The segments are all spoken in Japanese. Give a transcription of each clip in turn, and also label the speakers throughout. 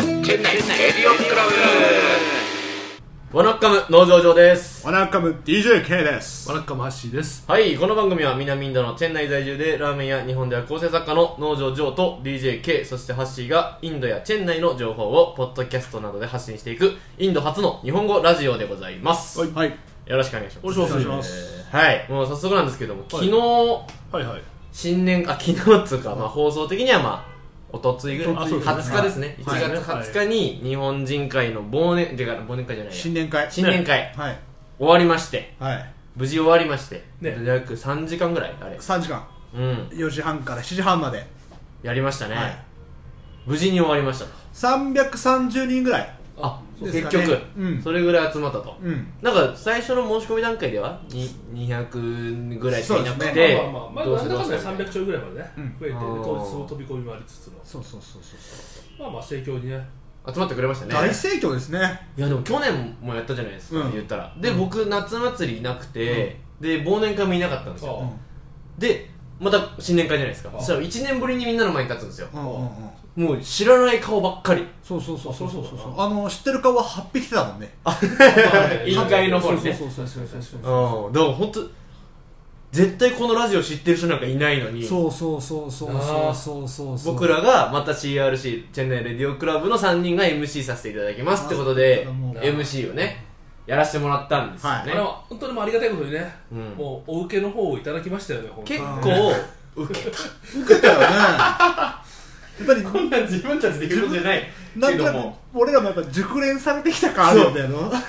Speaker 1: エディオンクラブワナッカム農場上です
Speaker 2: ワナッカム DJK です
Speaker 3: わらっかましです。
Speaker 1: はいこの番組は南インドのチェン内在住でラーメンや日本では構成作家の農場上と DJK そしてハッシーがインドやチェン内の情報をポッドキャストなどで発信していくインド初の日本語ラジオでございます
Speaker 2: はい、はい、
Speaker 1: よろしくお願いします
Speaker 3: お願いします。
Speaker 1: はいもう早速なんですけども昨日、
Speaker 3: はいはい。
Speaker 1: 新年あ昨日っつうか、まあ、放送的にはまあおとついぐらい
Speaker 3: あそうですね
Speaker 1: 20日ですね、
Speaker 2: はい
Speaker 1: 1月20日に日本人会の忘年てか忘年会じゃないや
Speaker 2: 新年会
Speaker 1: 新年会
Speaker 2: はい
Speaker 1: 終わりまして
Speaker 2: はい
Speaker 1: 無事終わりまして、
Speaker 3: ね
Speaker 1: 約3時間ぐらいあれ
Speaker 2: 3時間
Speaker 1: うん
Speaker 2: 4時半から7時半まで、
Speaker 1: やりましたね、
Speaker 2: はい、
Speaker 1: 無事に終わりました
Speaker 2: 330人ぐらい
Speaker 1: あ、
Speaker 2: そう
Speaker 1: 結
Speaker 2: です
Speaker 1: 局、
Speaker 2: かねうん
Speaker 1: それぐらい集まったと、
Speaker 2: うん
Speaker 1: なんか最初の申し込み段階ではに200ぐらいしかいなく
Speaker 2: そう
Speaker 1: て、
Speaker 2: で
Speaker 3: まあまあまあ、まあ、なんだかんだ三百兆ぐらいまでね
Speaker 2: うん、
Speaker 3: 増えて、で
Speaker 1: あー
Speaker 3: 当日の飛び込みもありつつの。
Speaker 2: そうそうそうそう
Speaker 3: まあまあ、盛況にね。
Speaker 1: 集まってくれましたね
Speaker 2: 大盛況ですね
Speaker 1: いやでも去年もやったじゃないですか、
Speaker 2: うん
Speaker 1: 言ったらで、僕夏祭りいなくて、で忘年会もいなかったんですよ
Speaker 3: あ
Speaker 2: うん
Speaker 1: でまた新年会じゃないですか
Speaker 3: あ
Speaker 1: そしたら1年ぶりにみんなの前に立つんですよ
Speaker 2: うんうんうん
Speaker 1: もう知らない顔ばっかり
Speaker 2: そうそうそうそうそうそ
Speaker 3: あそ
Speaker 2: う
Speaker 3: うそう
Speaker 2: あの知ってる顔は8匹来てたもんね
Speaker 1: 委員会の方にね
Speaker 3: そうそうそうそうそううん
Speaker 1: だから本当絶対このラジオ知ってる人なんかいないのに
Speaker 2: そうそうそうそうそうそうそうそ う
Speaker 1: 僕らがまた CRC チェンナイレディオクラブの3人が MC させていただきますってことで
Speaker 2: あもう
Speaker 1: MC をねやらせてもらったんですよ
Speaker 2: はい
Speaker 3: あ
Speaker 1: ね、
Speaker 3: れは本当にもうありがたいことにね、
Speaker 1: うん
Speaker 3: もうお受けの方をいただきましたよね、本当に
Speaker 1: 結
Speaker 2: あ
Speaker 1: 構受け
Speaker 2: 受けたよねやっぱり
Speaker 1: こんなん自分たちで言うことじゃない
Speaker 2: なん
Speaker 1: け
Speaker 2: と
Speaker 1: ど
Speaker 2: な
Speaker 1: も
Speaker 2: く俺らもやっぱ熟練されてきた感あるんだよな
Speaker 3: 去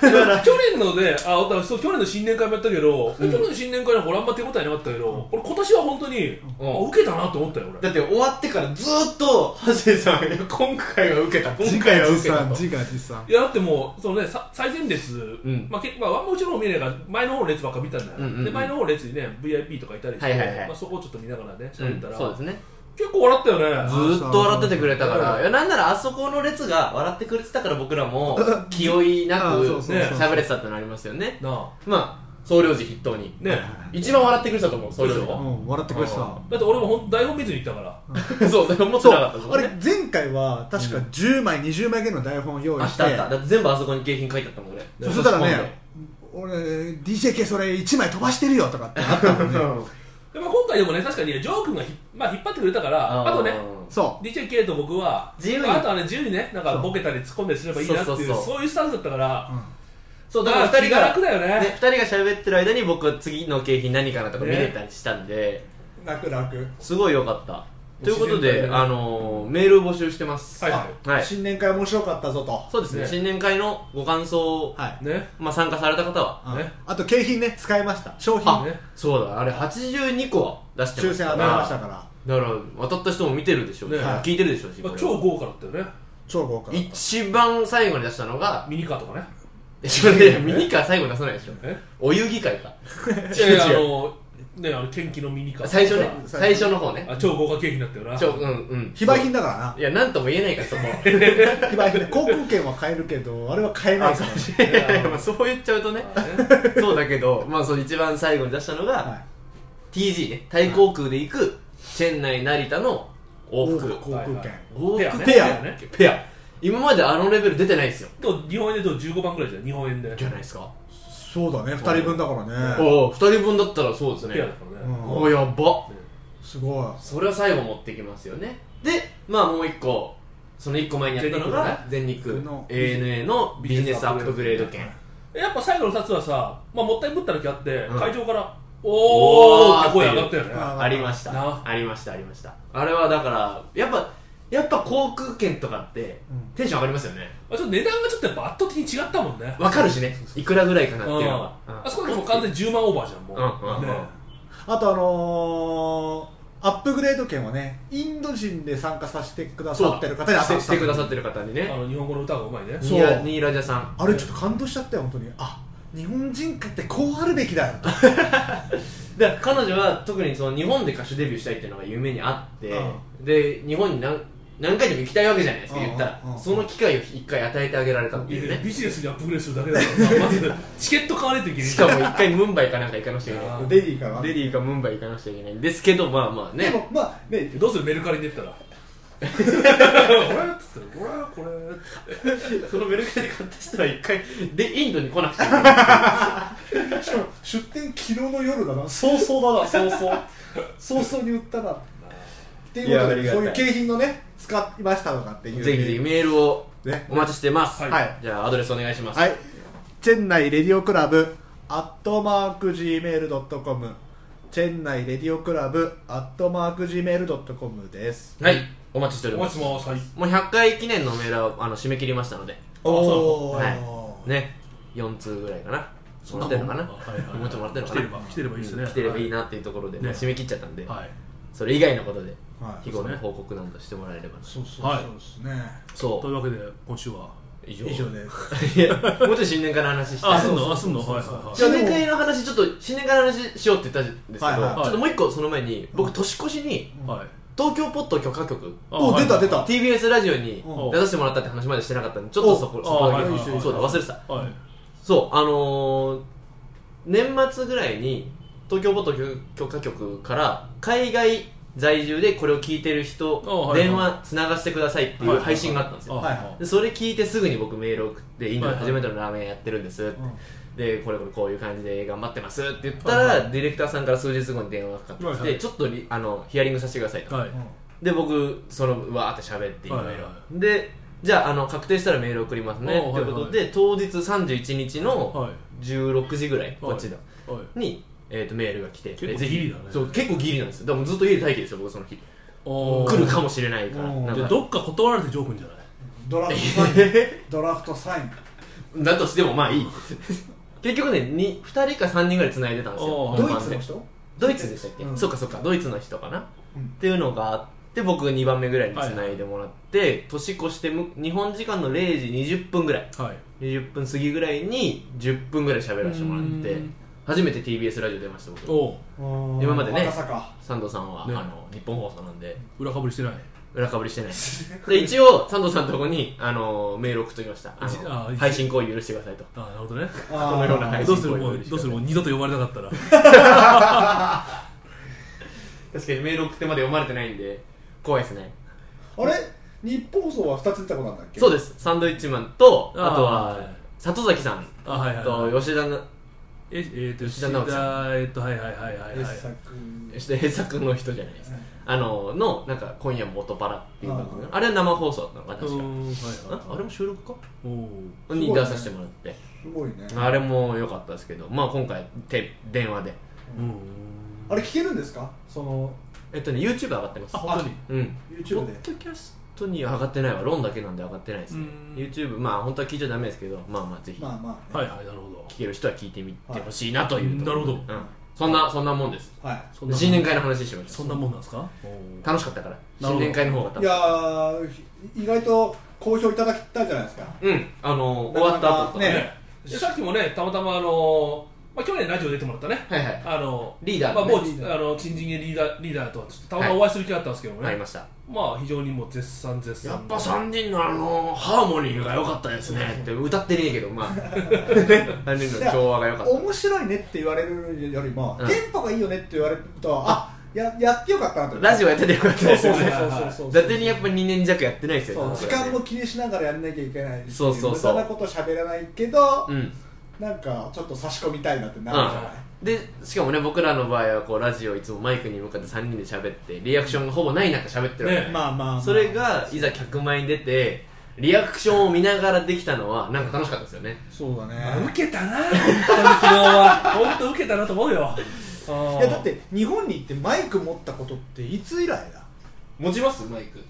Speaker 3: 年のね、あ、だからそう去年の新年会もやったけど、去年の新年会のほらあんま手応えなかったけど、俺今年は本当に、
Speaker 1: うん
Speaker 3: あ、受けたなと思ったよ、俺。
Speaker 1: だって終わってからずーっとハセさんが今回は受けた今回は受けたと
Speaker 2: 自画自賛
Speaker 3: いやだってもうそのねさ最前列、
Speaker 1: ん
Speaker 3: まあけまあ、ワンもうちの方見れないから前の方の列ばっか見たんだよ、
Speaker 1: うんうんうん
Speaker 3: で前の方の列にね VIP とかいたりして、
Speaker 1: はいはいはい
Speaker 3: まあ、そこをちょっと見ながらね
Speaker 1: う
Speaker 3: 喋っ
Speaker 1: ん
Speaker 3: たら、
Speaker 1: そうですね
Speaker 3: 結構笑ったよね
Speaker 1: ず
Speaker 2: ず
Speaker 1: ーっと笑っててくれたか
Speaker 3: う
Speaker 1: ら
Speaker 3: ん
Speaker 1: いやなんならあそこの列が笑ってくれてたから僕らも気負いな
Speaker 2: あ
Speaker 1: く
Speaker 2: ーそうそう
Speaker 3: そう
Speaker 1: 喋れてたってなりますよね
Speaker 3: なあ
Speaker 1: まあ総領事筆頭に
Speaker 3: ね
Speaker 1: 一番笑ってくれてたと思う総領
Speaker 3: そう
Speaker 1: 事
Speaker 2: ん笑ってくれてた
Speaker 1: あ
Speaker 3: だって俺もほん台本見ずに行ったから
Speaker 1: が そうだから思って
Speaker 2: そう
Speaker 1: なかったですも
Speaker 2: あ
Speaker 1: ん
Speaker 2: れ
Speaker 1: ね
Speaker 2: 前回は確か10枚、20枚ぐらいの台本を用
Speaker 1: あ
Speaker 2: 意
Speaker 1: っ
Speaker 2: して
Speaker 1: たあっただって全部あそこに景品書いてあったもん俺
Speaker 2: そしたらね俺 DJK それ1枚飛ばしてるよとかってあったも んね
Speaker 1: うん
Speaker 3: で、まあ、今回でもね確かにねジョー君がひ、まあ、引っ張ってくれたからあとね
Speaker 2: そ
Speaker 3: DJK と僕は
Speaker 1: 自由に
Speaker 3: まああとはね自由にねなんか
Speaker 2: そう
Speaker 3: ボケたり突っ込んだりすればいいなっていう
Speaker 1: そ
Speaker 3: そうう
Speaker 1: そうそう
Speaker 3: いうスタンスだったから
Speaker 2: う、、うん
Speaker 1: そうだから二人
Speaker 3: 気が
Speaker 1: が
Speaker 3: 楽だよね
Speaker 1: ね、2人が喋ってる間に僕は次の景品何かなとか見れたりしたんで、
Speaker 2: 楽楽、
Speaker 1: すごい良かったということ
Speaker 3: 自然
Speaker 1: で、
Speaker 3: 体ね
Speaker 1: あのーメールを募集してます
Speaker 3: はい
Speaker 1: はい
Speaker 2: 新年会面白かったぞと
Speaker 1: そうですね
Speaker 3: ね
Speaker 1: 新年会のご感想を、
Speaker 2: はい、
Speaker 3: ね
Speaker 1: まあ、参加された方は
Speaker 2: うん
Speaker 3: ね
Speaker 2: あと景品ね使いました商品
Speaker 3: あね
Speaker 1: そうだあれ82個は出して
Speaker 2: 抽
Speaker 1: ましたか
Speaker 2: 選当たりま
Speaker 1: ら
Speaker 2: したから
Speaker 1: だから当たった人も見てるでしょうし、
Speaker 3: ね
Speaker 1: 聞いてるでしょうし、
Speaker 3: まあ、
Speaker 1: これは
Speaker 3: 超豪華だったよね
Speaker 2: 超豪華だった
Speaker 1: 一番最後に出したのが
Speaker 3: ミニカーとかね
Speaker 1: それミニカー最後に出さないでしょ
Speaker 3: え
Speaker 1: お遊戯会か
Speaker 3: いやいやあのねあの天気のミニカー
Speaker 1: 最初ね最
Speaker 2: 最
Speaker 1: 初の方ね
Speaker 3: あ超豪華景品だったよな
Speaker 1: ちょうんうん
Speaker 2: 非売品だか
Speaker 1: いやなんとも言えないからそこ
Speaker 2: らな非売品で航空券は買えるけどあれは買えないから、ね、
Speaker 1: いやいやまあ そう言っちゃうとね
Speaker 3: あね
Speaker 1: そうだけど、まあ、その一番最後に出したのが、
Speaker 2: は
Speaker 1: TG ねタイ航空で行くチェン内成田の往復
Speaker 2: 往復航空
Speaker 3: は
Speaker 2: 券
Speaker 3: いはい
Speaker 1: 往
Speaker 3: ペア
Speaker 1: 復
Speaker 3: ね
Speaker 1: ペ
Speaker 3: ペ
Speaker 1: ア
Speaker 3: アね
Speaker 1: ペア今まであのレベル出てないですよ
Speaker 3: と日本円でと15番ぐらいじゃん日本円で
Speaker 1: じゃないですか
Speaker 2: そうだね2人分だからね
Speaker 1: おお2人分だったらそうです
Speaker 3: ペアだ
Speaker 1: ね
Speaker 3: から
Speaker 2: う
Speaker 3: ね
Speaker 2: ん
Speaker 1: おおやば
Speaker 2: すごい
Speaker 1: それは最後持ってきますよねでまあもう1個その1個前にやったのが全日空
Speaker 2: 全日空の
Speaker 1: ANA のビジネスアップグレード券
Speaker 3: やっぱ最後の2つはさ、まあ、もったいぶっただけあって、
Speaker 1: うん
Speaker 3: 会場からお
Speaker 1: おー
Speaker 3: ーって声上がったよね
Speaker 2: あ
Speaker 1: ありました
Speaker 3: な
Speaker 1: ありましたありましたあれはだからやっぱやっぱ航空券とかって
Speaker 2: うん
Speaker 1: テンション上がりますよね
Speaker 3: まあちょっと値段がちょっとやっぱ圧倒的に違ったもんね
Speaker 1: わかるしねいくらぐらいかなって
Speaker 3: う
Speaker 1: いうんのがうん
Speaker 3: あそこでもう完全に10万オーバーじゃんもう、
Speaker 1: うんうん
Speaker 3: ね
Speaker 2: あとあのー、アップグレード券はねインド人で参加させてくださってる方に
Speaker 1: し
Speaker 2: 当たった
Speaker 1: てしてくださってる方に
Speaker 3: あ
Speaker 1: ね
Speaker 3: の日本語の歌がうまいね
Speaker 2: そう
Speaker 1: ニーラニーラジャさん
Speaker 2: あれちょっと感動しちゃったよ本当にあ日本人かってこうあるべきだよと
Speaker 1: で彼女は特にその日本で歌手デビューしたいっていうのが夢にあって、
Speaker 2: う
Speaker 1: で日本に何何回でも行きたいわけじゃないですか、
Speaker 2: うん
Speaker 1: 言ったら、
Speaker 2: うん
Speaker 1: その機会を一回与えてあげられたって
Speaker 3: い
Speaker 1: いう
Speaker 3: やいや
Speaker 1: ね
Speaker 3: ビジネスにアップグレードするだけだからさまずチケット買わないといけない
Speaker 1: しかも一回ムンバイかなんか行かなくちゃいけな
Speaker 3: あ
Speaker 2: レディーから
Speaker 1: いレディーかムンバイ行かなくちゃいけないんですけどまあまあね
Speaker 2: でもまあね
Speaker 3: どうするメルカリで言ったら俺っつって俺はこれっつっ
Speaker 1: そのメルカリ買った人は一回でインドに来なくちゃい
Speaker 2: しかも出店昨日の夜だな早々だな早々早々に売ったなってい
Speaker 1: い
Speaker 2: うことで
Speaker 1: やありがたい
Speaker 2: そういう景品のね使いましたとかっていう
Speaker 1: ぜひぜひメールを
Speaker 2: ね
Speaker 1: お待ちしてます、
Speaker 3: はい
Speaker 2: はい
Speaker 1: じゃあアドレスお願いします、
Speaker 2: はい、チェンナイレディオクラブアットマーク Gmail.com チェンナイレディオクラブアットマーク Gmail.com です
Speaker 1: はいお待ちしてお
Speaker 3: て
Speaker 1: り
Speaker 3: お
Speaker 1: ま
Speaker 3: 待
Speaker 1: す
Speaker 3: ちしてますはい
Speaker 1: もう100回記念のメールはあの締め切りましたので
Speaker 2: おお、
Speaker 1: はいね4通ぐらいかなもらってるのかなもうちょっともらってる
Speaker 3: 来
Speaker 1: のか
Speaker 3: て
Speaker 1: な
Speaker 3: れば来てればいいですね
Speaker 1: 来てればいいなっていうところで、
Speaker 3: ね
Speaker 1: まあ締め切っちゃったんで、
Speaker 3: はい
Speaker 1: それ以外のことで
Speaker 2: はい
Speaker 1: 日頃の報告などしてもらえればな
Speaker 2: そうそう
Speaker 3: はい
Speaker 2: そうですね、
Speaker 1: そ
Speaker 3: というわけで今週は
Speaker 1: う以上
Speaker 2: 以上です
Speaker 1: いや もうちょっと新年会の話したい
Speaker 3: あすんのあすんのはいはいはい
Speaker 2: じゃあ
Speaker 1: 新
Speaker 2: でも
Speaker 1: 年会の話ちょっと新年会の話しようって言ったんですけど、
Speaker 2: はいはい
Speaker 3: はい
Speaker 1: ちょっともう一個その前に
Speaker 2: う
Speaker 1: 僕
Speaker 2: ん
Speaker 1: 年越しに
Speaker 3: はい
Speaker 1: 東京ポット許可局
Speaker 2: お出た出た
Speaker 1: TBS ラジオに
Speaker 2: うん
Speaker 1: 出させてもらったって話までしてなかったんでちょっとそこ
Speaker 2: お
Speaker 1: そこだ
Speaker 3: あ
Speaker 1: け
Speaker 3: はい
Speaker 2: はいはい
Speaker 1: そうだ忘れてた
Speaker 3: はい
Speaker 1: そうあのー、年末ぐらいに東京ポット許可局から海外在住でこれを聞いてる人、
Speaker 3: あはいはい
Speaker 1: 電話つながしてくださいっていう配信があったんですよ、
Speaker 2: いはいはい
Speaker 1: でそれ聞いてすぐに僕メール送って「インドで初めてのラーメンやってるんです」ってでこれこれこういう感じで頑張ってますって言ったら、
Speaker 3: はい
Speaker 1: ディレクターさんから数日後に電話がかかってきて、
Speaker 3: はいはい
Speaker 1: ちょっとリあのヒアリングさせてくださいと、
Speaker 3: はい
Speaker 1: で僕そのわーって喋っていろいろ、
Speaker 3: はいはいは
Speaker 1: でじゃああの確定したらメール送りますね
Speaker 3: おー
Speaker 1: ということで、当日31日の
Speaker 3: はい
Speaker 1: 16時ぐらい、こっちだ
Speaker 3: はい
Speaker 1: に、えー、とメールが来て
Speaker 3: 結構
Speaker 1: でぜひ
Speaker 3: ギリだね
Speaker 1: そう結構ギリなんですよでもずっと家で待機ですよ僕その日
Speaker 3: おー
Speaker 1: 来るかもしれないから
Speaker 2: おー
Speaker 1: なん
Speaker 3: じゃあ
Speaker 1: か
Speaker 3: どっか断られてジョー君じゃない
Speaker 2: ドラフトサイン ドラフト サイン
Speaker 1: だとしてもまあ いい結局ね 2, 人か3人ぐらい繋いでたんですよ
Speaker 3: おー
Speaker 2: ド
Speaker 1: 本
Speaker 2: イ
Speaker 1: 番
Speaker 2: ツ
Speaker 1: で
Speaker 2: の人
Speaker 1: ドイツでしたっけ、
Speaker 2: うん
Speaker 1: そっかそっかドイツの人かな、
Speaker 2: うん
Speaker 1: っていうのがあって僕2番目ぐらいにつないでもらって、年越してむ日本時間の0時20分ぐらい
Speaker 3: はい
Speaker 1: 20分過ぎぐらいに10分ぐらい喋らせてもらって
Speaker 3: うん
Speaker 1: 初めて TBS ラジオ出ました僕
Speaker 3: おう
Speaker 1: 今までね
Speaker 2: 赤坂
Speaker 1: サンドさんは、
Speaker 3: ね
Speaker 1: あの日本放送なんで
Speaker 3: 裏かぶりしてない
Speaker 1: 裏かぶりしてない で一応サンドさんのとこにあのメール送っときましたあの
Speaker 3: あ
Speaker 1: 配信行為許してくださいと
Speaker 3: あーなるほどね
Speaker 2: あー
Speaker 1: このような配信
Speaker 3: どうするもうどうするもう二度と呼ばれなかったら
Speaker 1: 確かにメール送ってまで読まれてないんで怖いですね
Speaker 2: あれ日本放送は2つ出たことなんだっけ
Speaker 1: そう
Speaker 2: で
Speaker 1: ですサンドイッチマンと
Speaker 3: あー
Speaker 1: あとは里崎さん
Speaker 3: あはいはいはい
Speaker 1: と吉田な
Speaker 3: ええーと吉
Speaker 1: 吉田
Speaker 3: 田
Speaker 1: 直樹
Speaker 3: えーとはいはいはいはいはい
Speaker 1: 吉田栄作の人じゃないです
Speaker 2: はい
Speaker 1: あののなんか今夜も音パラっていう番組
Speaker 2: あ
Speaker 1: あれは生放送だったのかな
Speaker 3: うー
Speaker 1: 確か
Speaker 3: んはい
Speaker 1: あ
Speaker 3: はい
Speaker 1: あれも収録か
Speaker 3: おお
Speaker 2: ごいね
Speaker 1: に出させてもらって
Speaker 2: すごいね
Speaker 1: あれも良かったですけどまあ今回て電話で
Speaker 3: うん
Speaker 2: あれ聞けるんですかその
Speaker 1: えっとね YouTube 上がってます
Speaker 3: あ本当に
Speaker 1: うん
Speaker 2: YouTube で
Speaker 1: ポッドキャストには上がってないわロンだけなんで上がってないですね
Speaker 3: うん
Speaker 1: YouTube まあ本当は聞いちゃダメですけどまあまあぜひ
Speaker 2: まあまあ、ね、
Speaker 3: はいはいなるほど
Speaker 1: 聞ける人は聞いてみてほしいなというところで、
Speaker 3: はいなる
Speaker 1: うん、そんなそんなもんです
Speaker 2: はい
Speaker 3: そんな
Speaker 1: 新年会の話しまし
Speaker 3: そん
Speaker 1: た
Speaker 3: なもんなんですかおー
Speaker 1: 楽しかったか
Speaker 3: な
Speaker 1: ら
Speaker 3: る
Speaker 1: 新
Speaker 3: ほど
Speaker 1: 年会の方が楽
Speaker 2: い
Speaker 1: し
Speaker 2: や
Speaker 1: かっ
Speaker 2: ー意外と好評いただけたじゃないですか
Speaker 1: たうんあの
Speaker 2: な
Speaker 1: 終
Speaker 2: か
Speaker 1: わ
Speaker 2: なか
Speaker 1: った後とかね
Speaker 2: ね
Speaker 3: でさっきもねたまたまあのまあ去年ラジオ出てもらったね
Speaker 1: はいはい
Speaker 3: あの
Speaker 1: リーダー
Speaker 3: ま
Speaker 1: の
Speaker 3: あ
Speaker 1: ね
Speaker 3: 某
Speaker 2: リーダー
Speaker 3: あの新人リーダーリーダーとはちょっとたまたまお会いする機会あったんですけども
Speaker 1: あり
Speaker 3: ね
Speaker 1: ました
Speaker 3: まあ非常にもう絶賛絶賛
Speaker 1: やっぱ3人のあのハーモニーが良かったですねって 歌ってねえけどま あ3人の調和が良かった
Speaker 2: 面白いねって言われるよりも、
Speaker 1: うん
Speaker 2: テンポがいいよねって言われるとあややってよかったなと
Speaker 1: ラジオやっててよかったです
Speaker 2: そう
Speaker 1: よ
Speaker 2: そう
Speaker 1: ね
Speaker 2: そうそうそう
Speaker 1: 伊達にやっぱ2年弱やってないですよ
Speaker 2: そう
Speaker 1: ね
Speaker 2: 時間も気にしながらやんなきゃいけないし
Speaker 1: そうそうそう
Speaker 2: 無駄なこと喋らないけど、
Speaker 1: うん
Speaker 2: なんかちょっと差し込みたいなってなるじゃない、
Speaker 1: でしかもね僕らの場合はこうラジオいつもマイクに向かって3人で喋ってリアクションがほぼない中喋ってるわけ
Speaker 3: うん
Speaker 2: まあまあ、まあ、
Speaker 1: それがいざ客前に出てリアクションを見ながらできたのはなんか楽しかったですよね
Speaker 2: そうだ
Speaker 3: まあ
Speaker 2: ね
Speaker 3: 受けたな本当に昨日は本当受けたなと思うよ
Speaker 2: いやだって日本に行ってマイク持ったことっていつ以来だ
Speaker 1: 持ちますマイク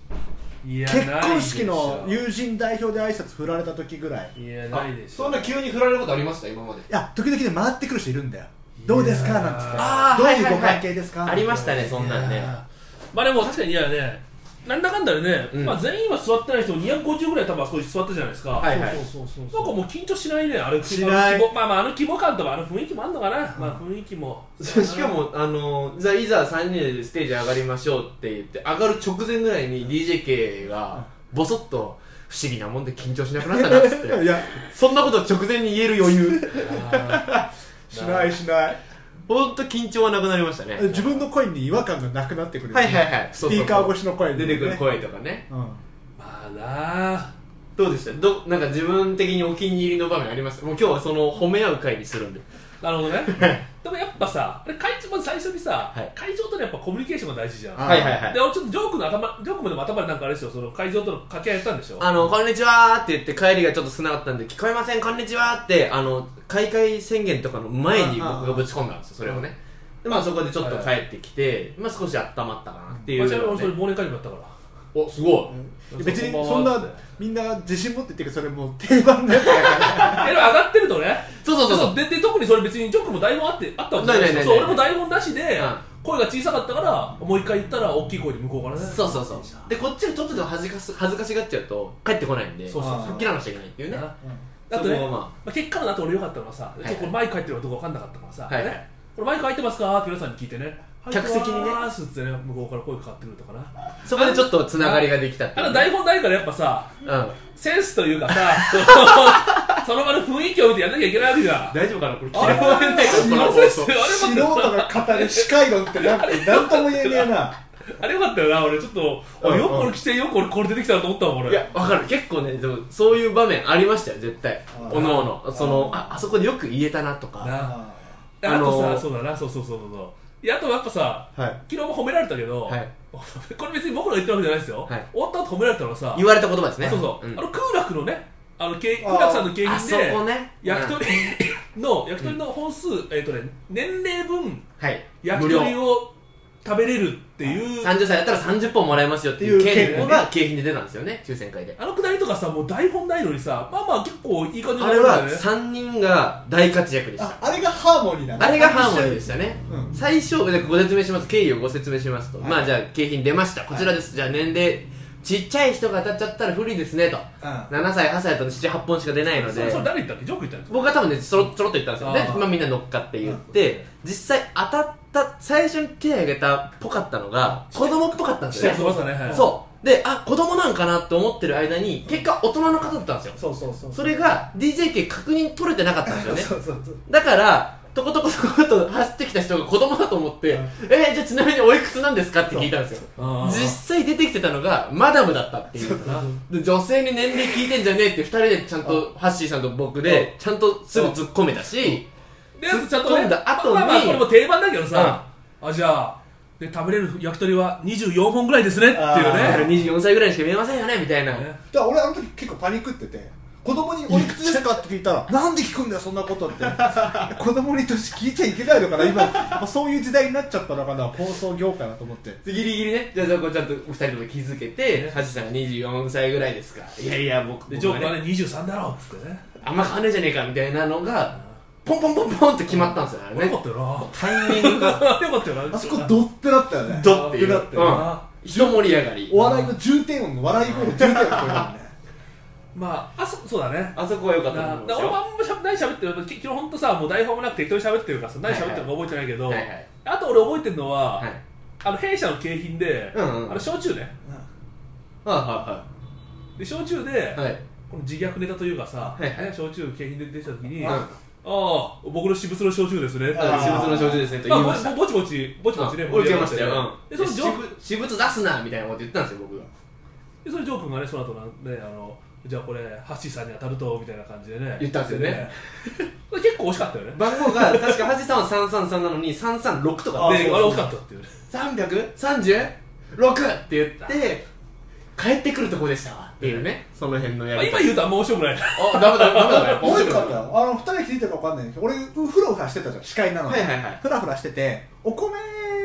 Speaker 3: いや
Speaker 2: 結婚式
Speaker 3: な
Speaker 2: の
Speaker 3: いでし
Speaker 2: 友人代表で挨拶振られた時ぐらい
Speaker 3: ょいやないでしょ
Speaker 1: そんな急に振られることありました今まで
Speaker 2: いや時々ね回ってくる人いるんだよどうですか
Speaker 3: いやー
Speaker 2: なんつって
Speaker 1: あー
Speaker 2: どういう
Speaker 1: はいはい
Speaker 2: ご
Speaker 1: はい
Speaker 2: 関係ですか
Speaker 1: ありましたねそんなん
Speaker 2: い
Speaker 1: ね
Speaker 2: や
Speaker 3: まあでも確かにいやねなんだかんだでね、
Speaker 1: うん
Speaker 3: まあ全員は座ってない人250ぐらい多分あそこに座ったじゃないですか、
Speaker 1: は
Speaker 2: ー
Speaker 1: いはい
Speaker 2: そうそうそう
Speaker 3: なんか
Speaker 2: そう
Speaker 3: もう緊張しないね、あれ
Speaker 2: しない
Speaker 3: あの規模まあまあ、あの規模感とか、あの雰囲気もあんのかな、まあ雰囲気も。
Speaker 1: しかもあのじゃあいざ3人でステージ上がりましょうって言って上がる直前ぐらいに DJK がボソッと不思議なもんで緊張しなくなったなっつっ
Speaker 2: い
Speaker 1: て
Speaker 2: や
Speaker 1: そんなこと直前に言える余裕
Speaker 3: あー
Speaker 2: しないしない
Speaker 1: 本当緊張はなくなりましたねはい
Speaker 2: 自分の声に違和感がなくなってくる、
Speaker 1: はいはい
Speaker 2: スピーカー越
Speaker 1: し
Speaker 2: しの声にね
Speaker 1: 出てくる声とかね
Speaker 2: うん
Speaker 3: まあなあ
Speaker 1: どうでしたどなんか自分的にお気に入りの場面ありましたもう今日はその褒め合う会にするんで
Speaker 3: なるほど ねでもやっぱさあれ会長まず最初にさ、
Speaker 1: はい
Speaker 3: 会場とのやっぱコミュニケーションが大事じゃん
Speaker 2: あ
Speaker 1: はいはいはい
Speaker 3: で俺ちょっとジョークの頭ジョークもでも頭でなんかあれですよその会場との掛け合いやったんでしょ
Speaker 1: あの、こんにちはーって言って帰りがちょっと少なかったんで、聞こえません、こんにちはーって、あの、開会宣言とかの前に
Speaker 2: ああ
Speaker 1: 僕がぶち込んだんですよ、それをね。で、まあそこでちょっと帰ってきて、まあ少し温まったかなってい
Speaker 3: まあ
Speaker 1: う
Speaker 3: ちなみに
Speaker 1: の
Speaker 3: 俺それ
Speaker 1: で。
Speaker 3: 忘年会にもやったから
Speaker 1: お、すご
Speaker 3: うん
Speaker 2: 別に
Speaker 3: こんばんは
Speaker 2: そんな
Speaker 3: って
Speaker 2: みんな自信持って言ってるけどそれもう定番のやつだから
Speaker 3: えでも上がってるとね
Speaker 1: そうそうそうそう
Speaker 3: でで特にそれ別にジョークも台本あってあったわけじゃないで
Speaker 1: ないないない
Speaker 3: すよそ
Speaker 1: ない
Speaker 3: う俺も台本なしで、
Speaker 1: うん
Speaker 3: 声が小さかったからもう一回言ったら大きい声で向こうからね
Speaker 1: そうそうそう。で、こっちがちょっとでも恥ずかす恥ずかしがっちゃうと、帰ってこないんで、
Speaker 3: そう
Speaker 2: そうそう
Speaker 1: はっきり話しちゃいけないっていうね。
Speaker 3: なあ
Speaker 1: そ
Speaker 3: と
Speaker 1: こ
Speaker 3: ね、
Speaker 1: は
Speaker 3: ま
Speaker 1: ま
Speaker 3: あ、結果の後俺良かったのがさ、
Speaker 1: い
Speaker 3: ちょっとこれマイク入ってるかどうか分かんなかったからさ、
Speaker 1: はいはい
Speaker 3: ねこれマイク入ってますかって皆さんに聞いてね、
Speaker 1: 客席にね
Speaker 3: 入ってますってね、向こうから声かかってくるとかな。
Speaker 1: あ、そこでちょっとつながりができたってい
Speaker 3: あの
Speaker 1: うね、
Speaker 3: 台本ないからやっぱさ、
Speaker 1: うん。
Speaker 3: センスというかさ、 その場の雰囲気を見てやんなきゃいけないわけじゃん。
Speaker 1: 大丈夫かなこれ
Speaker 2: 嫌われないから
Speaker 1: こ
Speaker 2: こ
Speaker 1: の
Speaker 2: の
Speaker 1: 放
Speaker 2: 放
Speaker 1: 送
Speaker 3: 素。
Speaker 2: 素
Speaker 3: 晴
Speaker 2: 人が語る司会論ってなんか何とも言えねえな
Speaker 3: あれよかったよな、俺ちょっと、
Speaker 2: うんうん
Speaker 3: よくこれ来て、よく俺これ出てきたなと思ったもん、俺。
Speaker 1: いや、わかる。結構ね、でも、そういう場面ありましたよ、絶対
Speaker 2: あ。ー
Speaker 1: おのおの。その、
Speaker 2: あ
Speaker 1: あ、あそこでよく言えたなとか。
Speaker 3: な
Speaker 2: あ
Speaker 3: あとさ、
Speaker 1: あのー
Speaker 3: そうだな、そうそうそうそうそう。いや、あとやっぱさ、
Speaker 2: ーはい
Speaker 3: 昨日も褒められたけど、
Speaker 1: はい
Speaker 3: これ別に僕の言ってるわけじゃないですよ。
Speaker 1: はい
Speaker 3: 終わった後褒められたのはさ、
Speaker 1: 言われた言葉ですね。
Speaker 3: そうそう、
Speaker 1: ん
Speaker 3: あの空楽のねあのけ
Speaker 2: あー
Speaker 3: 空楽さんの景
Speaker 1: あ
Speaker 3: 品
Speaker 1: そ
Speaker 3: で
Speaker 1: こね。
Speaker 3: 焼き
Speaker 1: うん
Speaker 3: 鳥 の、焼き鳥の本数、えっ、とね年齢分
Speaker 1: はい。
Speaker 3: 焼き
Speaker 1: 無料
Speaker 3: 鳥を食べれるっていう
Speaker 1: 30歳だったら30本もらえますよっていう
Speaker 2: ってい
Speaker 1: 券
Speaker 2: う券
Speaker 1: が景品で出たんですよね、抽選会で。
Speaker 3: あのくだりとかさもう台本ないのにさまあまあ結構いい感じ
Speaker 1: あ
Speaker 3: の
Speaker 1: れ
Speaker 3: 流だよ
Speaker 1: は
Speaker 3: ね
Speaker 1: 3人が大活躍でした。
Speaker 2: ああれがハーモニーだね
Speaker 1: あれがハーモニーでしたね。
Speaker 2: うん
Speaker 1: 最初、でご説明します。経緯をご説明しますと。
Speaker 2: はい
Speaker 1: まあじゃあ、景品出ました。こちらです。じゃあ、年齢、ちっちゃい人が当たっちゃったら不利ですね、と。
Speaker 2: うん
Speaker 1: 7歳、8歳だと7、8本しか出ないの
Speaker 3: それ
Speaker 1: で
Speaker 3: そ。れ誰言ったっけジョーク言ったんです
Speaker 1: 僕は多分ね、ちょろちょろっと言ったんですよ。
Speaker 3: あ
Speaker 1: で、
Speaker 3: ー
Speaker 1: まあみんな乗っかって言って、実際当たった、最初に手を挙げたっぽかったのが、子供っぽかったんです
Speaker 3: して
Speaker 1: よ
Speaker 3: ま
Speaker 1: ね
Speaker 3: し。たねはい
Speaker 1: そう。で、あ、子供なんかなって思ってる間に、結果大人の方だったんですよ。
Speaker 2: そうそうそう
Speaker 1: それが DJK 確認取れてなかったんですよね。
Speaker 2: そうそうそう
Speaker 1: だから、とことことこと走ってきた人が子供だと思って、
Speaker 2: うん
Speaker 1: えー、じゃあちなみにおいくつなんですかって聞いたんですよ。
Speaker 3: あー
Speaker 1: 実際出てきてたのがマダムだったっていう。で女性に年齢聞いてんじゃねえって二人でちゃんとハッシーさんと僕でちゃんとすぐ突っ込めたし、
Speaker 3: であとちゃんと
Speaker 1: 突っ込んだ後に
Speaker 3: まあまあこれも定番だけどさ、あじゃあで食べれる焼き鳥は24本ぐらいですねっていう
Speaker 1: だから
Speaker 3: ね
Speaker 1: 24歳ぐらいにしか見えませんよねみたいな。
Speaker 3: ね
Speaker 2: だから俺あの時結構パニックってて子供に「おいくつですか?」って聞いたら「なんで聞くんだよそんなこと」って 子供に年聞いちゃいけないのかな今、まあ、そういう時代になっちゃったのかな放送業界だと思って
Speaker 1: ギリギリね、じゃあそこちゃんと二人とも気づけて、ハッシーさんが24歳ぐらいですか。いやいや、僕、
Speaker 3: で
Speaker 1: 僕
Speaker 3: ジョーク
Speaker 1: は
Speaker 3: は
Speaker 1: ね
Speaker 3: ね23だろっつってね
Speaker 1: あんま変わんねえじゃねえかみたいなのが、ポンポンポンポンって決まったんですよ、あ
Speaker 3: よ
Speaker 1: れね
Speaker 3: か。ったよな
Speaker 1: タイミン グが、
Speaker 3: よかったよな。
Speaker 2: あそこドってなったよね
Speaker 1: ドっていう。
Speaker 2: ドって
Speaker 1: う
Speaker 2: なっ
Speaker 1: ん
Speaker 2: て
Speaker 1: 一盛り上がり。
Speaker 2: お笑いの重点音の笑い声の重点音これだもんね
Speaker 3: まあ、あそ、そうだね。
Speaker 1: あそこは良か
Speaker 3: な
Speaker 1: ったと思
Speaker 3: 俺
Speaker 1: います
Speaker 3: も
Speaker 1: よ。
Speaker 3: あんましゃ何喋ってるき昨日本当さ、もう台本もなくて適当に喋ってるからさ、何喋ってるか覚えてないけど、
Speaker 1: はいはい。
Speaker 3: あと俺覚えてるのは、
Speaker 1: はい。
Speaker 3: あの弊社の景品で、
Speaker 1: うんうん
Speaker 3: あの焼酎ね。
Speaker 1: は
Speaker 3: で、焼酎で、
Speaker 1: いはいはい。はい。
Speaker 3: この自虐ネタというかさ、
Speaker 1: はいはい
Speaker 3: ね焼酎景品で出てきた時に、
Speaker 1: うん
Speaker 3: ああ、僕の私物の焼酎ですね。
Speaker 2: あー
Speaker 1: 私物の症状ですねと
Speaker 3: まあ、
Speaker 1: 言い
Speaker 3: ぼ
Speaker 1: ました。
Speaker 3: ぼちぼち、ぼちぼちね、
Speaker 1: 置
Speaker 3: 盛り
Speaker 1: いて
Speaker 3: 上が
Speaker 1: ま
Speaker 3: っ
Speaker 1: してたよ。
Speaker 3: で、
Speaker 1: うん。
Speaker 3: そのジョーク
Speaker 1: 私物出すなみたいなこと言ったんですよ、僕が。
Speaker 3: でそれジョー君がねその後なんねあのじゃあこれハッシーさんに当たるとみたいな感じでね
Speaker 1: 言ったんですよ ね
Speaker 3: それ結構惜しかったよね
Speaker 1: 番号が、確か、ハジさんは333なのに、336とか
Speaker 3: あ
Speaker 1: で
Speaker 3: れ惜しかったっていうね
Speaker 1: 336! って言って、帰ってくるとこでしたわっていうね、その辺のや
Speaker 3: まあ
Speaker 1: り
Speaker 3: 今
Speaker 1: 方。
Speaker 3: 言うとあんま面白くないな
Speaker 1: あ、ダメだ、ダメだ、やっぱ
Speaker 2: もう一個あったよあの二人聞いてるか分かんないけど俺フラフラしてたじゃん司会なのに
Speaker 1: はいはいはい
Speaker 2: フラフラしててお米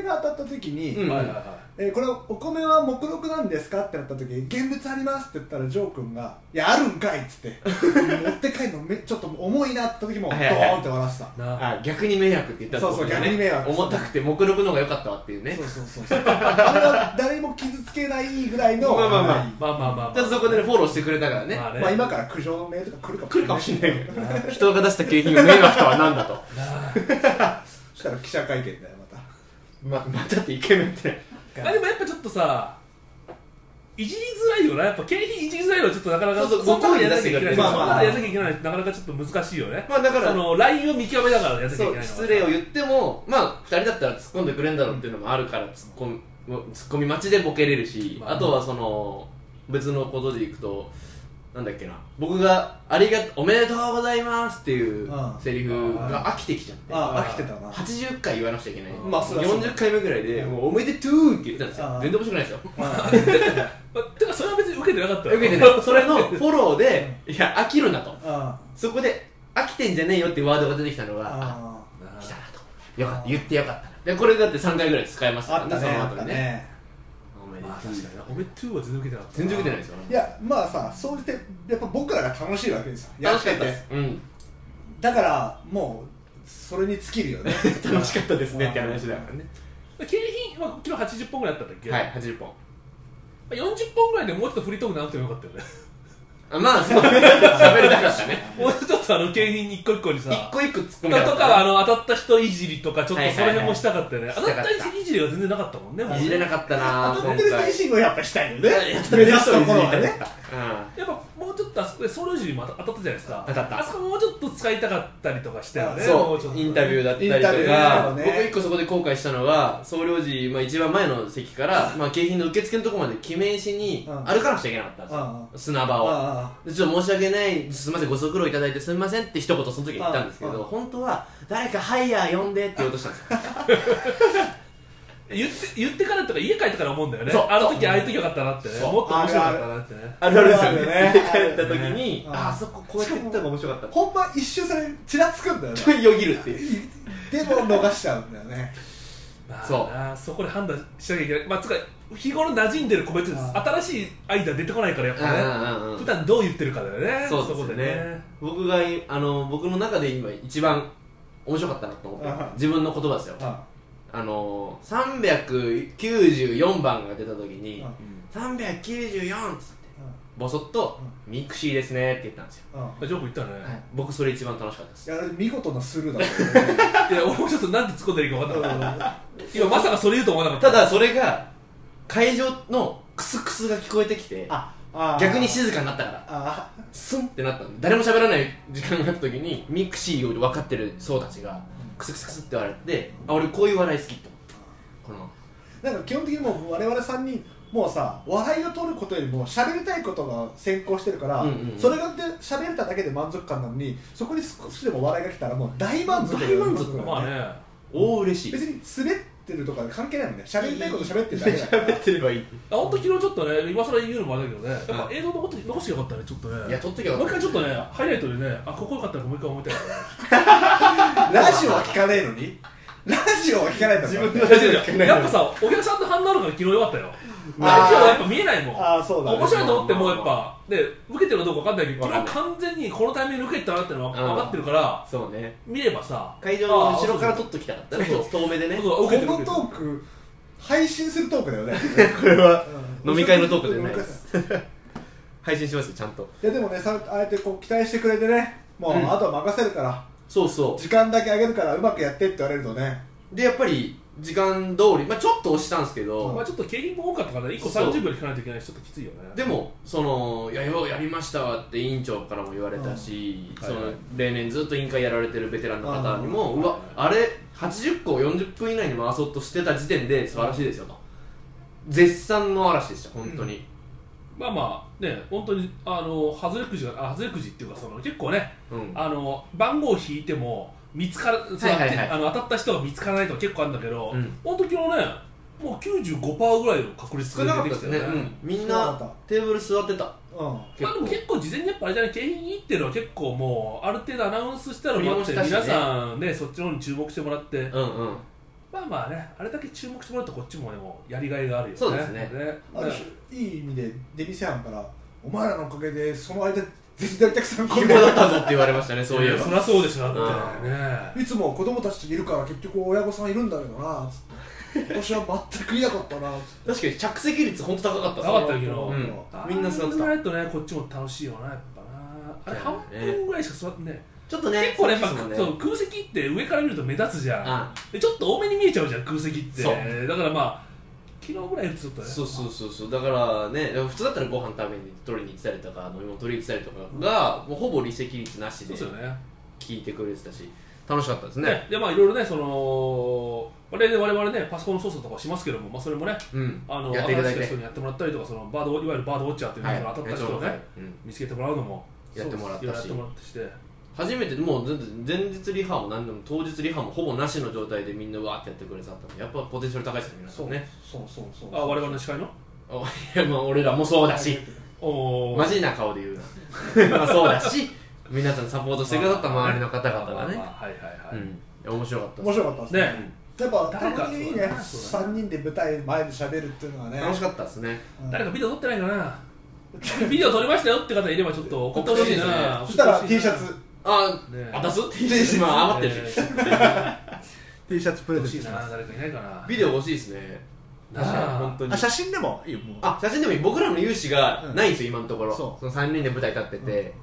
Speaker 2: が当たった時に、
Speaker 1: うん
Speaker 3: はいはいは
Speaker 2: えーこれお米は目録なんですかってなった時に現物ありますって言ったらジョー君が「いやあるんかい」っつって 持って帰るのめちょっと重いなって時もド
Speaker 1: はいはいはい
Speaker 2: ーンって笑ってた
Speaker 3: いなあ
Speaker 1: あ逆に迷惑って言ったんだ
Speaker 2: そうそう
Speaker 1: 僕がね
Speaker 2: 逆に迷惑
Speaker 1: 重たくて目録の方が良かったわっていうね
Speaker 2: そうそうそうそうあれは誰も傷つけないぐらいの
Speaker 1: まあまあまあ
Speaker 2: はい
Speaker 3: まあまあまあまあ
Speaker 1: ちゃんとそこでねフォローしてくれたからね、
Speaker 3: まあね
Speaker 2: まあ今から苦情のメールとか来るかも
Speaker 1: 来るかもしれないけどね 人が出した景品が迷惑とは何だ と
Speaker 2: そしたら記者会見だよまた
Speaker 1: ままたってイケメンって
Speaker 3: まあでもやっぱちょっとさいじりづらいよな、やっぱ景品いじりづらいのはちょっとなかなか
Speaker 1: そうそう
Speaker 3: そんなことやらなきゃいけない、
Speaker 2: まあ
Speaker 3: そ
Speaker 2: まあ
Speaker 3: んなことやらなきゃいけないなかなかちょっと難しいよね、
Speaker 1: まあだから
Speaker 3: そのラインを見極めながらやらなきゃい
Speaker 1: そ
Speaker 3: けな
Speaker 1: う
Speaker 3: い
Speaker 1: 失礼を
Speaker 3: う
Speaker 1: 言ってもまあ2人だったら突っ込んでくれんだろうっていうのもあるから突っ込み突っ込み待ちでボケれるし、
Speaker 3: まあ
Speaker 1: あ、とはその別のことでいくとなんだっけな僕が「ありがとおめでとうございます」っていう
Speaker 2: うん
Speaker 1: セリフが飽きてきちゃって
Speaker 2: ああ飽きてたな
Speaker 1: 80回言わなくちゃいけない、
Speaker 2: うんまあそりゃそうだ
Speaker 1: 40回目ぐらいで「もうおめでとう」って言ったんですよ
Speaker 2: ああ
Speaker 1: 全然面白くないですよ
Speaker 3: まあ、てかそれは別に受けてなかったよ
Speaker 1: 受けてない それのフォローで「いや飽きるな」と
Speaker 2: あ
Speaker 1: そこで「飽きてんじゃねえよ」ってワードが出てきたのがあ
Speaker 2: あ
Speaker 3: なあ
Speaker 1: 来たなとよかった言ってよかったなでこれだって3回ぐらい使いました
Speaker 2: あ
Speaker 1: か
Speaker 2: っ
Speaker 1: ら
Speaker 2: た
Speaker 1: ね
Speaker 2: ね
Speaker 1: その
Speaker 2: あっ
Speaker 1: 後
Speaker 2: た
Speaker 1: にね
Speaker 2: ね
Speaker 1: おめでとう
Speaker 3: まあ確かになおめでとうは全然受けてなかった
Speaker 1: 全然受けてないですよね
Speaker 2: いやまあさそうしてやっぱ僕らが楽しいわけですよや
Speaker 1: 楽
Speaker 2: っ
Speaker 1: しか
Speaker 2: て
Speaker 1: ったで
Speaker 2: て
Speaker 1: すうん
Speaker 2: だからもうそれに尽きるよね
Speaker 1: 楽しかったですねって話だからね
Speaker 3: 景品は昨日80本ぐらいあったんだっけ、
Speaker 1: はい80本
Speaker 3: まあ40本ぐらいでもうちょっとフリートークなくてもよかったよね
Speaker 1: あまあそう 喋りたかったね
Speaker 3: もうちょっとあの景品に一個一個にさ
Speaker 1: 一個一個突っ込
Speaker 3: と
Speaker 1: みた
Speaker 3: かあ
Speaker 1: かっ
Speaker 3: の当たった人いじりとかちょっ
Speaker 1: は
Speaker 3: と
Speaker 1: い
Speaker 3: そ
Speaker 1: はい
Speaker 3: の
Speaker 1: は
Speaker 3: 辺
Speaker 1: い
Speaker 3: もしたかったよね、
Speaker 1: したかった
Speaker 3: 当たったいじりは全然なかったもんねもう
Speaker 1: た
Speaker 3: ね
Speaker 1: いじれなかったな
Speaker 2: あと
Speaker 1: 今
Speaker 2: 僕で
Speaker 1: 回
Speaker 2: 最新をやっぱしたいよね
Speaker 1: や
Speaker 2: 目指すところは
Speaker 1: や
Speaker 2: ね
Speaker 1: りたかった
Speaker 3: やっぱもうちょっとあそこでソロジーも当たったじゃないですか
Speaker 1: 当たった
Speaker 3: あそこもうちょっと使いたかったりとかしたよ
Speaker 1: うん
Speaker 3: ねも
Speaker 1: そ
Speaker 3: ちょっ
Speaker 1: う
Speaker 3: と
Speaker 1: インタビューだったりと
Speaker 2: インタビューだ
Speaker 1: か
Speaker 2: よね
Speaker 1: 僕一個そこで後悔したのは総領事まあ一番前の席からまあ景品の受付のところまで記名しに
Speaker 2: うん
Speaker 1: 歩かなくちゃいけなかったんですよ
Speaker 2: あ
Speaker 1: 砂場を
Speaker 2: あ
Speaker 1: でちょっと申し訳ない、すみません、ご足労いただいてすみませんって一言その時は言ったんですけ
Speaker 2: あ
Speaker 1: ど、
Speaker 2: あ
Speaker 1: 本当は、誰かハイヤー呼んでって言おうとしたんですよ。
Speaker 3: 言って言ってからとか家帰ってから思うんだよね
Speaker 1: そう
Speaker 3: あの時ああいう時よかったなってね
Speaker 1: そう
Speaker 3: もっと面白かったなってね
Speaker 1: あ
Speaker 2: るあるですよね
Speaker 1: るあるですよね家帰った時 に、
Speaker 2: ああ
Speaker 1: ああそここうやって言った方が面白かった。
Speaker 2: ほんま一瞬それちらつくん だよね
Speaker 1: 本当によぎるっていう。
Speaker 2: でも逃しちゃうんだよね
Speaker 3: まあ
Speaker 1: そう
Speaker 3: なあそこで判断しなきゃいけないまあつうか日頃馴染んでる個別です
Speaker 2: あ
Speaker 3: 新しいアイデア出てこないからやっ
Speaker 1: うん
Speaker 3: ぱね
Speaker 1: うんうんうん
Speaker 3: 普段どう言ってるかだよね
Speaker 1: そうです
Speaker 3: こ
Speaker 1: よね。僕が、あの、僕の中で今一番面白かったなと思って
Speaker 2: ああ、
Speaker 1: 自分の言葉ですよ。
Speaker 2: あ
Speaker 1: あの、394番が出た時に
Speaker 2: あ、
Speaker 1: 394っつって、ボソッと、ミクシーですねって言ったんですよ。
Speaker 2: あ
Speaker 3: まあジョブ言ったね、
Speaker 1: 僕それ一番楽しかったです
Speaker 2: い。や見事なスルーだった
Speaker 3: い、や俺もちょっとなんて突っ込んでいいか分かんなかっ
Speaker 2: よね
Speaker 3: た今まさかそれ言うと思わなかった
Speaker 1: ただそれが会場のクスクスが聞こえてきて
Speaker 2: ああ
Speaker 1: 逆に静かになったから
Speaker 2: あ
Speaker 1: スンってなったの誰も喋らない時間があった時にミクシーを分かってる層たちがクスクスクスって笑ってあ俺こういう笑い好きって思ったこ
Speaker 2: なんか基本的にもう我々3人もうさ笑いを取ることよりも喋りたいことが先行してるから、
Speaker 1: うんうんうん
Speaker 2: それがで喋れただけで満足感なのにそこに少しでも笑いが来たらもう大満足だよ
Speaker 1: 大満足
Speaker 2: だよ
Speaker 3: まあね
Speaker 1: の大嬉しい
Speaker 2: 別に滑ってるとか関係ないもんね喋りたいこと喋ってるだけだから
Speaker 1: 喋ってればいい
Speaker 3: あ本当昨日ちょっとね今更言うのもあれだけどねやっぱ映像残って残してよかったねちょっとね
Speaker 1: いや撮っときゃよ
Speaker 3: も
Speaker 1: か
Speaker 3: う一回
Speaker 1: った
Speaker 3: ちょっとねハイライトでねあここよかったらもう一回思いたいからね
Speaker 2: ラジオは聞かないのにラジオは聞かないんだから、ね、
Speaker 1: 自分の
Speaker 3: 違う違う 違うやっぱさお客さんの反応あるから昨日良かったよラジオはやっぱ見えないもん
Speaker 2: あーそうだね
Speaker 3: 面白いと思ってもやっぱで受けてるかどうか分かんないけど
Speaker 1: わ
Speaker 3: 昨
Speaker 1: かん
Speaker 3: 日
Speaker 1: ない
Speaker 3: 完全にこのタイミングで受けてたなってのは
Speaker 1: うん
Speaker 3: 分かってるから
Speaker 1: そうね
Speaker 3: 見ればさ
Speaker 1: 会場の後ろか
Speaker 3: あ
Speaker 1: ら
Speaker 3: ー
Speaker 1: 撮っときたかったねそう遠目でね
Speaker 3: そうそう
Speaker 2: こ
Speaker 3: 受けてる
Speaker 2: の
Speaker 3: 受けて
Speaker 2: ト
Speaker 3: る
Speaker 2: ーク配信するトークだよね
Speaker 1: これは
Speaker 2: うん
Speaker 1: 飲み会のトークじゃ ないです配信しますよちゃんと
Speaker 2: いやでもねさああえてこう期待してくれてねもう、
Speaker 1: うん
Speaker 2: あとは任せるから
Speaker 1: そうそう
Speaker 2: 時間だけあげるからうまくやってって言われるとね
Speaker 1: でやっぱり時間通りまあちょっと押したんですけど
Speaker 3: まあちょっと景品も多かったから1個
Speaker 1: そう
Speaker 3: 30秒で引かないといけないしちょっときついよね
Speaker 1: でもそのいやようやりましたわって委員長からも言われたし、
Speaker 3: うん
Speaker 1: その
Speaker 3: はいはい
Speaker 1: 例年ずっと委員会やられてるベテランの方にも、
Speaker 3: うん
Speaker 1: うわあれ80個を40分以内に回そうとしてた時点で素晴らしいですよと、絶賛の嵐でした本当に、
Speaker 3: まあまあね本当にあの外れくじがあ外れくじっていうかその結構ね
Speaker 1: うん
Speaker 3: あの番号を引いても見つから、その
Speaker 1: はいはいはい
Speaker 3: あの当たった人が見つからないとか結構あるんだけど、
Speaker 1: うん
Speaker 3: 本当昨日ねもう95%ぐらいの確率
Speaker 1: 少なかったです
Speaker 3: よ
Speaker 1: ね、うん、みん
Speaker 2: 少なか
Speaker 1: な
Speaker 2: った
Speaker 1: テーブル座ってた
Speaker 2: うん
Speaker 1: 結
Speaker 3: まあ、で
Speaker 1: 構
Speaker 3: も結構事前にやっぱあれじゃない景品にっていうのは結構もうある程度アナウンスしたら
Speaker 1: 振り
Speaker 3: も
Speaker 1: も
Speaker 3: っ
Speaker 1: してたしね
Speaker 3: 皆さんねそっちの方に注目してもらって、
Speaker 1: うんうん
Speaker 3: まあまあねあれだけ注目してもらうとこっちもねもうやりがいがあるよね
Speaker 1: そうですね
Speaker 2: あのいい意味で出店班からお前らのおかげでその間絶対お客さん来
Speaker 1: 希
Speaker 2: る
Speaker 1: 望だったぞって言われましたね
Speaker 3: そ
Speaker 1: そううい
Speaker 3: い
Speaker 1: え
Speaker 3: うそ
Speaker 1: ば
Speaker 3: りゃそうでしょだって
Speaker 1: うん
Speaker 3: ね
Speaker 2: いつも子供たちいるから結局親御さんいるんだけどなつって今年は全くいなかったなつって
Speaker 1: 確かに着席率本当高かったっす
Speaker 3: 高かったよ昨日
Speaker 1: うん
Speaker 3: あ
Speaker 1: みんな座って
Speaker 3: あ
Speaker 1: た
Speaker 3: れぐらいだとねこっちも楽しいよなやっぱなあれ
Speaker 1: そう
Speaker 3: 半
Speaker 1: だね
Speaker 3: 分ぐらいしか座ってね
Speaker 1: ちょっとね
Speaker 3: 結構ねやっぱ
Speaker 1: そうですもんね
Speaker 3: そう空席って上から見ると目立つじゃん
Speaker 1: あ
Speaker 3: でちょっと多めに見えちゃうじゃん空席って
Speaker 1: そう
Speaker 3: だからまあ昨日ぐらい打つとったね
Speaker 1: そうそうそうそうだからねだから普通だったらご飯食べに取りに行ってたりとか飲み物取りに行ってたりとかが、もうほぼ離席率な
Speaker 3: そ
Speaker 1: し
Speaker 3: う
Speaker 1: で
Speaker 3: ですよね
Speaker 1: 聞いてくれてたし楽しかったですね
Speaker 3: ねでまあいろいろねその我々我々ねパソコンの操作とかしますけども、まあ、それもね
Speaker 1: うん
Speaker 3: あの
Speaker 1: やっていただい
Speaker 3: 新しい
Speaker 1: て
Speaker 3: 人にやってもらったりとかそのバードいわゆるバードウォッチャーっていう、
Speaker 1: はい
Speaker 3: その当たった人を
Speaker 1: はい
Speaker 3: ね見つけてもらうのも
Speaker 1: やってもらったし
Speaker 3: そういろいろやってもらってして
Speaker 1: 初めてもう全然前日リハも何でも当日リハもほぼなしの状態でみんなうわーってやってくれてたんでやっぱポテンシャル高いですね皆さんね
Speaker 2: そうそうそう
Speaker 3: あ我々の司会の
Speaker 1: あ いやまあ俺らもそうだし
Speaker 3: おー
Speaker 1: マジな顔で言うな まあそうだし皆さんサポートしてくださった周りの方々がね
Speaker 3: まあまあまあはいはいは
Speaker 1: う
Speaker 3: い、
Speaker 1: んいや面白かったで
Speaker 2: 面
Speaker 1: す
Speaker 2: 白かったですね
Speaker 3: ね
Speaker 2: やっぱた
Speaker 3: 誰か
Speaker 2: まにいいね
Speaker 3: そう
Speaker 2: 3人で舞台前で喋るっていうのはね
Speaker 1: 楽しかったですね
Speaker 2: うん
Speaker 3: 誰かビデオ撮ってないかなビデオ撮りましたよって方いればちょっと送ってほしいな、
Speaker 2: そしたら T シャ
Speaker 3: 送っ
Speaker 2: ツ
Speaker 1: あ
Speaker 3: ね
Speaker 1: あ出す T
Speaker 2: シャツ
Speaker 1: 今余
Speaker 3: て
Speaker 1: ってるし
Speaker 3: ほしいな
Speaker 2: T シャツプ
Speaker 3: えー
Speaker 2: レ
Speaker 3: 欲
Speaker 2: ゼ
Speaker 3: し
Speaker 2: ン
Speaker 3: い
Speaker 2: ト
Speaker 3: な誰かいないかな
Speaker 1: ビデオ欲しいですね
Speaker 3: なあ
Speaker 1: 確かに本当に
Speaker 2: あ写真でもいいよもう
Speaker 1: あ写真でもいい僕らの有志がないんですよ今のところ
Speaker 2: そ
Speaker 1: その3人で舞台立ってて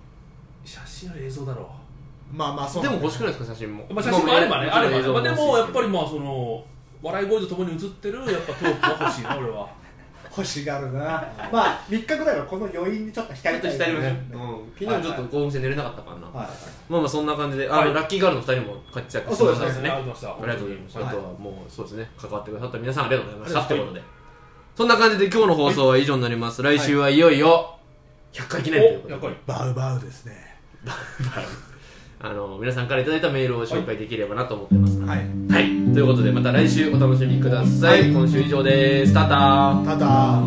Speaker 3: 写真より映像だろ
Speaker 2: まあまあそう
Speaker 1: で
Speaker 2: なん
Speaker 1: も
Speaker 2: だ
Speaker 1: 欲しくないですか写真も
Speaker 3: う、まあ、写真もあればね
Speaker 1: ま
Speaker 3: あ
Speaker 1: も
Speaker 3: れば
Speaker 1: ちろん映
Speaker 3: ね、
Speaker 1: 像
Speaker 3: まあ、でもやっぱ
Speaker 1: 欲しい
Speaker 3: りまあその笑い声とともに映ってるやっぱトークが欲しいな俺は
Speaker 2: 欲しがるなまあ3日ぐらいはこの余韻にちょっと浸
Speaker 1: ですけどちょったと浸りましょ
Speaker 2: りい
Speaker 1: う
Speaker 2: ね
Speaker 1: うん昨日もちょっと興奮して寝れなかったからな
Speaker 2: はい
Speaker 1: まあまあそんな感じであ
Speaker 3: は
Speaker 1: の
Speaker 3: い
Speaker 1: ラッキーガールの2人も活躍
Speaker 2: あ
Speaker 1: して
Speaker 2: そ
Speaker 1: く
Speaker 2: う
Speaker 1: だ
Speaker 2: です
Speaker 1: さ
Speaker 2: ね
Speaker 1: いですね
Speaker 3: あり
Speaker 1: あ
Speaker 3: がとうございました
Speaker 1: りがとうございますあ
Speaker 2: はい
Speaker 1: とはもうそうですね関わってくださった皆さんありがとうございましたということでそんな感じで今日の放送は以上になります来週はいよいよ100回記念という
Speaker 3: お
Speaker 1: こと
Speaker 3: やっ
Speaker 1: で
Speaker 3: ぱり
Speaker 2: バウバウですね
Speaker 1: あの皆さんからいただいたメールを紹介できればなと思ってますので
Speaker 2: はい
Speaker 1: はい、ということでまた来週お楽しみください。今週以上です。タタ
Speaker 2: ただ